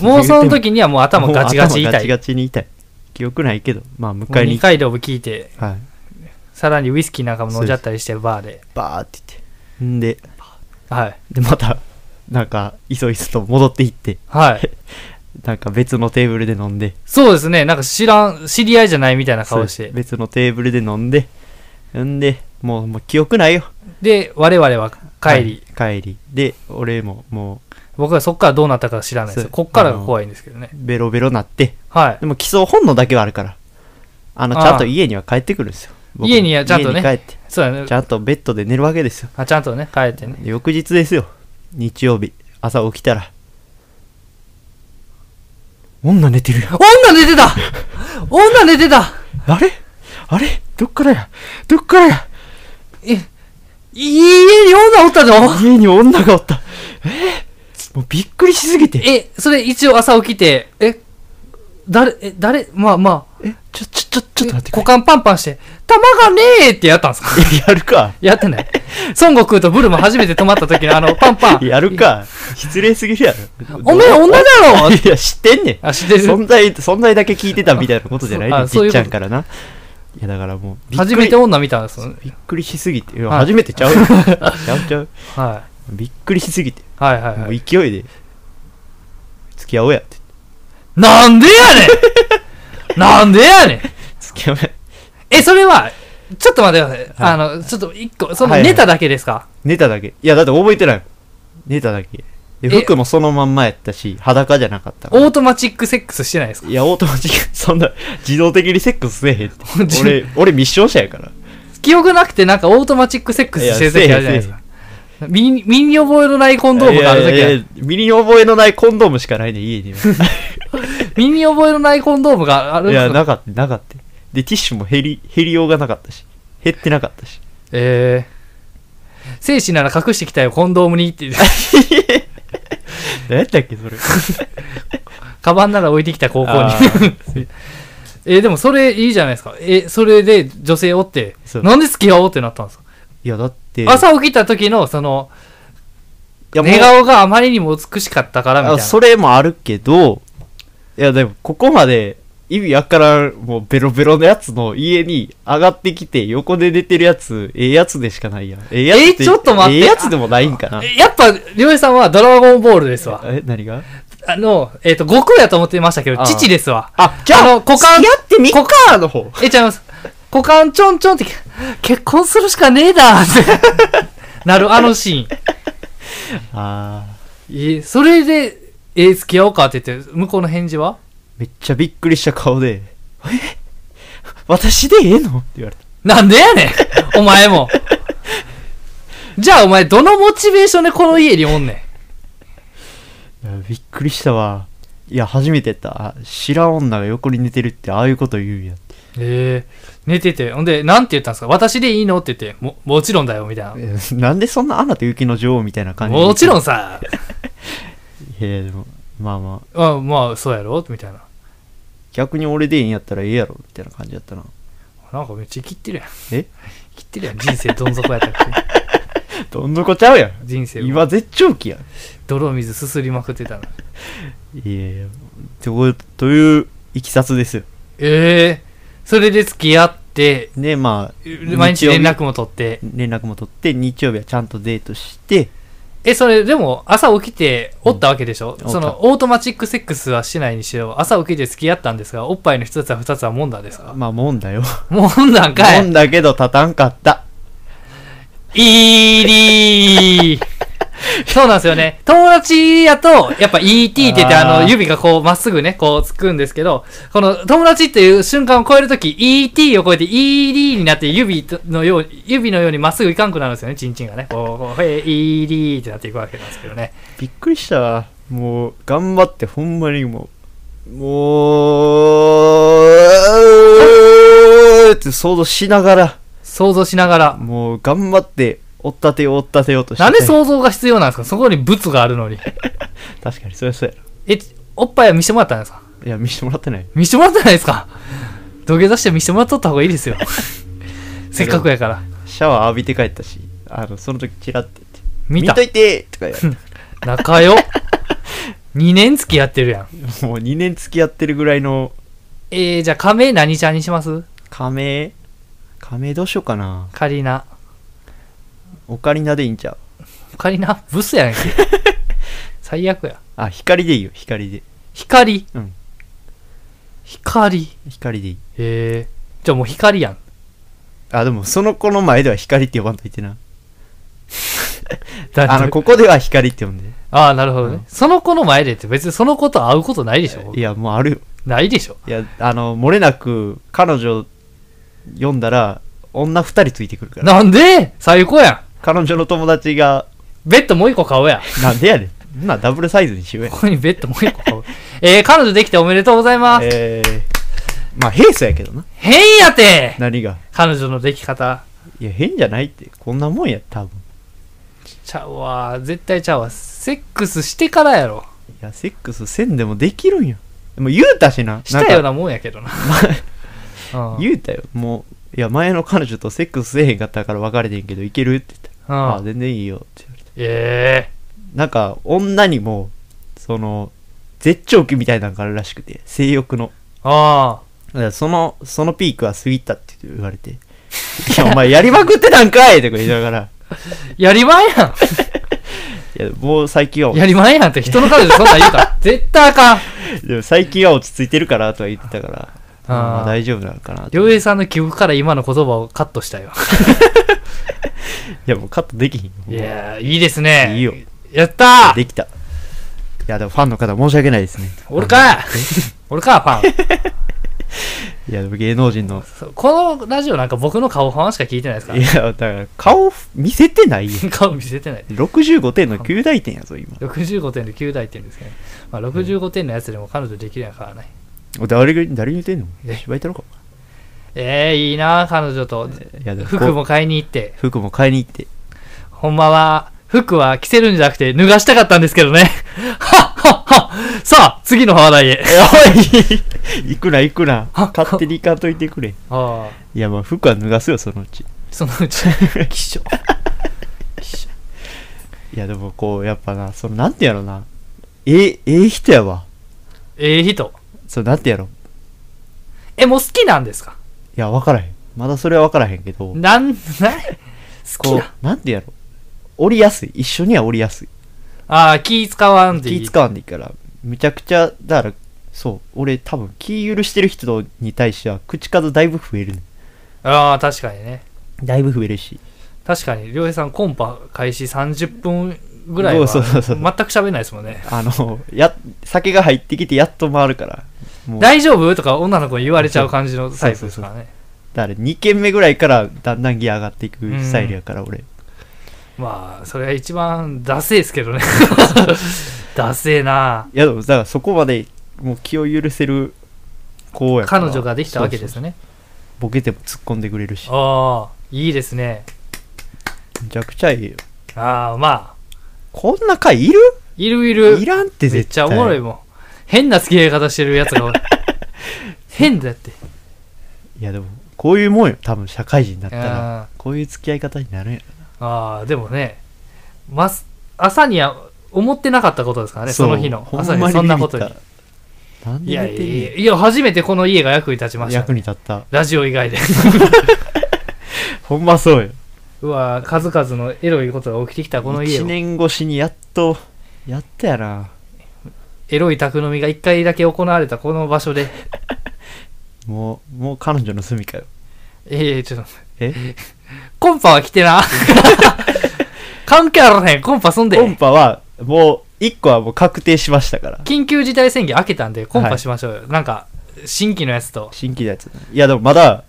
Speaker 2: もうその時にはもう頭
Speaker 1: もう
Speaker 2: ガチガチ
Speaker 1: 頭
Speaker 2: 痛い。
Speaker 1: ガチに痛い記憶ないけどまあ迎え
Speaker 2: 二
Speaker 1: に行
Speaker 2: 階堂も聞いて、
Speaker 1: くはい
Speaker 2: さらにウイスキーなんかも飲んじゃったりして、バーで。
Speaker 1: バーって言ってんで
Speaker 2: はい。
Speaker 1: でまたなんかいそいそと戻って行って
Speaker 2: はい。
Speaker 1: なんか別のテーブルで飲んで
Speaker 2: そうですね。なんか知らん、知り合いじゃないみたいな顔し
Speaker 1: そう
Speaker 2: て。
Speaker 1: 別のテーブルで飲んでんでもうもう記憶ないよ
Speaker 2: で、我々は帰り。
Speaker 1: はい帰りで俺もも
Speaker 2: 僕はそっからどうなったか知らない
Speaker 1: そ
Speaker 2: ですよ。
Speaker 1: う
Speaker 2: こっからが怖いんですけどね
Speaker 1: う。ベロベロなって
Speaker 2: はい。
Speaker 1: でも基礎本能だけはあるからあのち
Speaker 2: ああ
Speaker 1: ゃんと家には帰ってくるんですよ僕
Speaker 2: 家にはちゃんとね
Speaker 1: 家に帰って
Speaker 2: そうだね
Speaker 1: ち。ゃんとベッドで寝るわけですよ
Speaker 2: あ、ちゃんとね、帰ってね。
Speaker 1: 翌日ですよ日曜日朝起きたら女寝てるやん
Speaker 2: 女寝てた女寝てた
Speaker 1: あれあれどっからやどっからや
Speaker 2: え、家に女おったぞ
Speaker 1: 家に女がおったえーもうびっくりしすぎて
Speaker 2: え、それ一応朝起きて、え、誰、え、誰、まあまあ、
Speaker 1: えちょちょちょちょっと待ってくれ
Speaker 2: 股間パンパンして、玉がねえってやったんですか
Speaker 1: やるか。
Speaker 2: やってない。孫悟空とブルマ初めて泊まった時のあの、
Speaker 1: <laughs>
Speaker 2: パンパン。
Speaker 1: やるか。失礼すぎるやろ。
Speaker 2: おめえ女だろ
Speaker 1: いや、知ってんねん。
Speaker 2: あ、知 <laughs> ってる
Speaker 1: 存在、存在だけ聞いてたみたいなことじゃないね
Speaker 2: あ
Speaker 1: ん、じ
Speaker 2: そうい
Speaker 1: っ
Speaker 2: うこ
Speaker 1: ち
Speaker 2: と
Speaker 1: ゃんからな。いや、だからもう、びっ
Speaker 2: 初
Speaker 1: く
Speaker 2: め
Speaker 1: り
Speaker 2: て、女見たんですよね
Speaker 1: びっくりしすぎて。いや
Speaker 2: はい
Speaker 1: 初めてちゃうよ。
Speaker 2: <laughs>
Speaker 1: ちゃうちゃう。
Speaker 2: は
Speaker 1: びっくりしすぎて。
Speaker 2: い。はいはい
Speaker 1: も
Speaker 2: は
Speaker 1: う
Speaker 2: い。
Speaker 1: 勢いで、付き合おうやって。
Speaker 2: なんでやね
Speaker 1: <laughs>
Speaker 2: んなんでやねん
Speaker 1: 付き合おうや。
Speaker 2: え、それは、ちょっと待ってください。あの、ちょっと一個、その
Speaker 1: はいはい
Speaker 2: 寝ただけですか
Speaker 1: 寝ただけ。いや、だって覚えてないもん。寝ただけ。でで服もそのまんまやったし裸じゃなかったから
Speaker 2: オートマチックセックスしてないですか
Speaker 1: いやオートマチック <laughs> そんな自動的にセックスせえへんって
Speaker 2: <laughs> 自
Speaker 1: 俺俺密集者やから
Speaker 2: 記憶なくてなんかオートマチックセックスしてる時あるじゃないですか身に身に覚えのないコンドームがある時ある
Speaker 1: いやいやいや身に覚えのないコンドームしかないね家には
Speaker 2: 身に覚えのないコンドームがある
Speaker 1: い
Speaker 2: んです
Speaker 1: や
Speaker 2: か
Speaker 1: なかったなかったでティッシュも減り減りようがなかったし減ってなかったし
Speaker 2: えー、精子なら隠してきたよコンドームにって
Speaker 1: <laughs> 何やったっけ
Speaker 2: <laughs>
Speaker 1: それ
Speaker 2: カバンなら置いてきた高校
Speaker 1: あ
Speaker 2: に <laughs> えーでもそれいいじゃないですかえそれで女性おって
Speaker 1: そう
Speaker 2: なんで付き合おうってなったんですか、
Speaker 1: いやだって
Speaker 2: 朝起きた時のその
Speaker 1: いやもう
Speaker 2: 寝顔があまりにも美しかったからみたい
Speaker 1: あ
Speaker 2: な
Speaker 1: それもあるけどいやでもここまで意味わからんもうベロベロのやつの家に上がってきて横で寝てるやつええやつでしかないやんええやつ
Speaker 2: えちょっと待って
Speaker 1: ええやつでもないんかな
Speaker 2: えやっぱ亮平さんはドラゴンボールですわ
Speaker 1: え何が
Speaker 2: あの、えっ、と、悟空やと思ってましたけど、
Speaker 1: ああ
Speaker 2: 父ですわ。
Speaker 1: あ
Speaker 2: じゃあ
Speaker 1: の股間
Speaker 2: 付き合ってみっか
Speaker 1: 股間の方
Speaker 2: え、ちゃいます。股間ちょんちょんって、結婚するしかねえだって <laughs> なるあのシーン
Speaker 1: あー
Speaker 2: いえ。それで、えー、付き合おうかって言って、向こうの返事は
Speaker 1: めっちゃびっくりした顔で「え <laughs> 私でええの?」って言われた
Speaker 2: なんでや <laughs> ねんお前も。じゃあお前、どのモチベーションでこの家におんねん。
Speaker 1: いやびっくりしたわいや初めてやったあ知らん女が横に寝てるってああいうこと言うんやって
Speaker 2: ええ寝てて。ほんで、なんて言ったんですか私でいいのって言って、も、もちろんだよ、みたい
Speaker 1: え <laughs> なんでそんな「アナと雪の女王」みたいな
Speaker 2: な。
Speaker 1: 感じ
Speaker 2: もちろ
Speaker 1: ん
Speaker 2: んさ。
Speaker 1: へえでもまあまあ
Speaker 2: あまあ、そうやろみたいな。
Speaker 1: 逆に俺でええんやったらええやろみたいな感じやったな
Speaker 2: なんかめっちゃ生きってるやん。
Speaker 1: え
Speaker 2: 生きってるやん。人生どん底やったく <laughs> せ
Speaker 1: どんどこちゃうやん
Speaker 2: に人生は
Speaker 1: 今絶頂期やん
Speaker 2: 泥水すすりまくってたな。
Speaker 1: いやいやとといういきさつですよ
Speaker 2: ええそれで付き合って、
Speaker 1: でまあ
Speaker 2: 毎日連絡も取って。
Speaker 1: 連絡も取って日曜日はちゃんとデートして
Speaker 2: え、それでも朝起きておったわけでしょ、
Speaker 1: うん
Speaker 2: そのオートマチックセックスはしないにしろ、朝起きて付き合ったんですが、おっぱいの一つは二つはもんだんですか <laughs>
Speaker 1: まあもんだよ
Speaker 2: もんだんか
Speaker 1: も
Speaker 2: い
Speaker 1: んだけど立たんかった <laughs>
Speaker 2: いりーそうなんですよね。友達やと、やっぱ ET って言って、あ
Speaker 1: あー
Speaker 2: の、指がこう、まっすぐね、こう、つくんですけど、この、友達っていう瞬間を超えるとき、ET を超えて ED になって、指のよう、指のようにまっすぐいかんくなるんですよね、チンチンがね。こう、こうへい、ED ってなっていくわけなんですけどね。
Speaker 1: びっくりしたわもう頑張ってほんまにもうもううーって想像しながら
Speaker 2: 想像しながら。
Speaker 1: もう頑張って追っ立てよう追っ立てようとして
Speaker 2: なんで想像が必要なんですかそこに物があるのに。
Speaker 1: 確かにそりゃそうや
Speaker 2: え、おっぱいは見せてもらったんですか
Speaker 1: ろいや見してもらってない
Speaker 2: 見せてもらってないですか土下座して見せてもらっとった方がいい
Speaker 1: <laughs>
Speaker 2: ですよ。せっかくやから。
Speaker 1: シャワー浴びて帰ったしあのその時チラッて言って
Speaker 2: 見た
Speaker 1: といてとか言
Speaker 2: <laughs>
Speaker 1: われて
Speaker 2: 仲良2年付き合ってるやん
Speaker 1: もう2年付き合ってるぐらいの
Speaker 2: えー、じゃあ亀何ちゃんにします
Speaker 1: 亀亀どうしようかな
Speaker 2: カリナ
Speaker 1: オカリナでいいんちゃう
Speaker 2: カリナブスや
Speaker 1: <laughs>
Speaker 2: んけ最悪や
Speaker 1: あ光でいいよ光で
Speaker 2: 光
Speaker 1: うん
Speaker 2: 光
Speaker 1: 光でいい
Speaker 2: えー、じゃあもう光やん
Speaker 1: あでもその子の前では光って呼ばんといてな
Speaker 2: だ
Speaker 1: あのここでは光って呼んで
Speaker 2: あーなるほどね、
Speaker 1: うん
Speaker 2: その子の前でって別にその子と会うことないでしょ
Speaker 1: いやもうあるよ
Speaker 2: ないでしょ
Speaker 1: いやあの漏れなく彼女読んだら女2人ついてくるから
Speaker 2: なんで最高やん
Speaker 1: 彼女の友達が
Speaker 2: ベッドもう一個買
Speaker 1: <laughs>
Speaker 2: おうや
Speaker 1: なんでやねんそんなダブルサイズにしようや
Speaker 2: ここにベッドもう一個買おうえー、彼女できておめでとうございます、
Speaker 1: えー、まあ平素やけどな
Speaker 2: 変やて
Speaker 1: 何が
Speaker 2: 彼女のでき方
Speaker 1: いや変じゃないってこんなもんや多分
Speaker 2: ちゃうわ絶対ちゃうわセックスしてからやろ
Speaker 1: いやセックスせんでもできるんやもう言うたしな
Speaker 2: したよう
Speaker 1: なんか
Speaker 2: なもんやけどなうん
Speaker 1: 言うたよもういや前の彼女とセックスせえへんかったから別れてんけどいけるって言ったら
Speaker 2: う
Speaker 1: ああ
Speaker 2: ん
Speaker 1: 全然いいよって言われて
Speaker 2: ええ
Speaker 1: なんか女にもその絶頂期みたいなのがあるらしくて性欲の
Speaker 2: あ
Speaker 1: だからそのそのピークは過ぎたって言われてい
Speaker 2: <laughs>
Speaker 1: やお前やりまくってたんかいとか言いながら
Speaker 2: あやりまんや
Speaker 1: いやもう最近は
Speaker 2: んやりまんやんって人の彼女そんなん言う
Speaker 1: <laughs>
Speaker 2: たら絶対あかん
Speaker 1: でも最近は落ち着いてるからとは言ってたから
Speaker 2: あー
Speaker 1: まあ大丈夫なのかなと
Speaker 2: 良平さんの記憶から今の言葉をカット
Speaker 1: <laughs>
Speaker 2: したよ
Speaker 1: いやもうカットできひん
Speaker 2: いやーいいですね
Speaker 1: いいよ
Speaker 2: やったー
Speaker 1: できたや、でもファンの方申し訳ないですね。
Speaker 2: お
Speaker 1: <laughs>
Speaker 2: るかおるかファン
Speaker 1: いや、でも芸能人の。
Speaker 2: そうこのラジオなんか僕の顔ファンしか聞いてないですか
Speaker 1: いや、だから顔見せてないよ。
Speaker 2: ら顔見せてない
Speaker 1: 65点の9大点やぞ、
Speaker 2: <laughs>
Speaker 1: 今。
Speaker 2: 65点で9台点ですけど、ねまあ、65点のやつでも彼女できるやからね、
Speaker 1: 誰が誰に言ってんの
Speaker 2: え
Speaker 1: 芝居たろか。
Speaker 2: ええいいな彼女と
Speaker 1: いや、でも
Speaker 2: 服
Speaker 1: こ
Speaker 2: も買いに行って
Speaker 1: う服も買いに行って。
Speaker 2: ほんまは服は着せるんじゃなくて脱がしたかったんですけどね <laughs> はっはっはさあ次の話題へ
Speaker 1: おい <laughs> 行くな、行くな。勝手に行かんといてくれ。
Speaker 2: ああ
Speaker 1: いや、まあ服は脱がすよ、そのうち。
Speaker 2: そのうち
Speaker 1: <laughs>
Speaker 2: きしょきしょ
Speaker 1: いや、でもこう、やっぱな、その、なんてやろな。ええ、ええ人やわ。
Speaker 2: ええ人
Speaker 1: そう、なんてやろ。
Speaker 2: えもう好きなんですか
Speaker 1: いや、わからへん。まだそれはわからへんけど。
Speaker 2: なんな好き
Speaker 1: こ
Speaker 2: な
Speaker 1: う、なんてやろ。折りやすい。一緒には折りやすい。
Speaker 2: ああ気使わんでいい
Speaker 1: 気使わんでいいから。むちゃくちゃ、だから、そう、俺多分気許してる人に対しては口数だいぶ増えるね。
Speaker 2: ああ確かにね
Speaker 1: だいぶ増えるし。
Speaker 2: 確かに良平さんコンパ開始30分ぐらいは
Speaker 1: そう
Speaker 2: 全く
Speaker 1: そうそう
Speaker 2: 喋んないですもんね
Speaker 1: あの、や、酒が入ってきてやっと回るから。もう、だ
Speaker 2: 大丈夫とか女の子に言われちゃう感じのタイプですからね
Speaker 1: から2軒目ぐらいからだんだんギア上がっていくスタイルやから、俺。
Speaker 2: まあそれが一番ダセえですけ
Speaker 1: <laughs>
Speaker 2: どねダセえない
Speaker 1: や、でも、だからそこまで、もう気を許せる子やから。
Speaker 2: 彼女ができたわけです
Speaker 1: そうそう
Speaker 2: ね
Speaker 1: そうボケても突っ込んでくれるし。
Speaker 2: ああいいですね
Speaker 1: むちゃくちゃいいよ。
Speaker 2: ああまあ
Speaker 1: こんな回いる
Speaker 2: いるい
Speaker 1: い
Speaker 2: る
Speaker 1: らんって絶対。
Speaker 2: めっちゃおもろいもん変な付き合い方してるやつがお
Speaker 1: <laughs>
Speaker 2: る変だって
Speaker 1: いやでもこういうもんよ多分社会人だった
Speaker 2: あー
Speaker 1: らこういう付き合い方になるんや
Speaker 2: ああでもね、ます朝には思ってなかったことですからねその日の
Speaker 1: ほんま
Speaker 2: 朝にそんなことに
Speaker 1: ビビったなん
Speaker 2: い
Speaker 1: で
Speaker 2: や
Speaker 1: 寝てん
Speaker 2: いやいや初めてこの家が役に立ちま
Speaker 1: ねん
Speaker 2: したね、
Speaker 1: 役に立った
Speaker 2: ラジオ以外で
Speaker 1: ほんまそうよ
Speaker 2: うわー数々のエロいことが起きてきたこの家
Speaker 1: 1
Speaker 2: を
Speaker 1: 年越しにやっとやったやな
Speaker 2: エロい宅飲みが1回だけ行われたこの場
Speaker 1: <laughs>
Speaker 2: 所で
Speaker 1: もうもう彼女の住みかよ
Speaker 2: ええちょっと待って
Speaker 1: え
Speaker 2: コンパは来
Speaker 1: <laughs>
Speaker 2: てな関係あらへんコンパそんで
Speaker 1: コンパはもう1個はもう確定しましたから
Speaker 2: 緊急事態宣言明けたんでコンパしましょうよ、なんか新規のやつと
Speaker 1: 新規のやついやでもまだ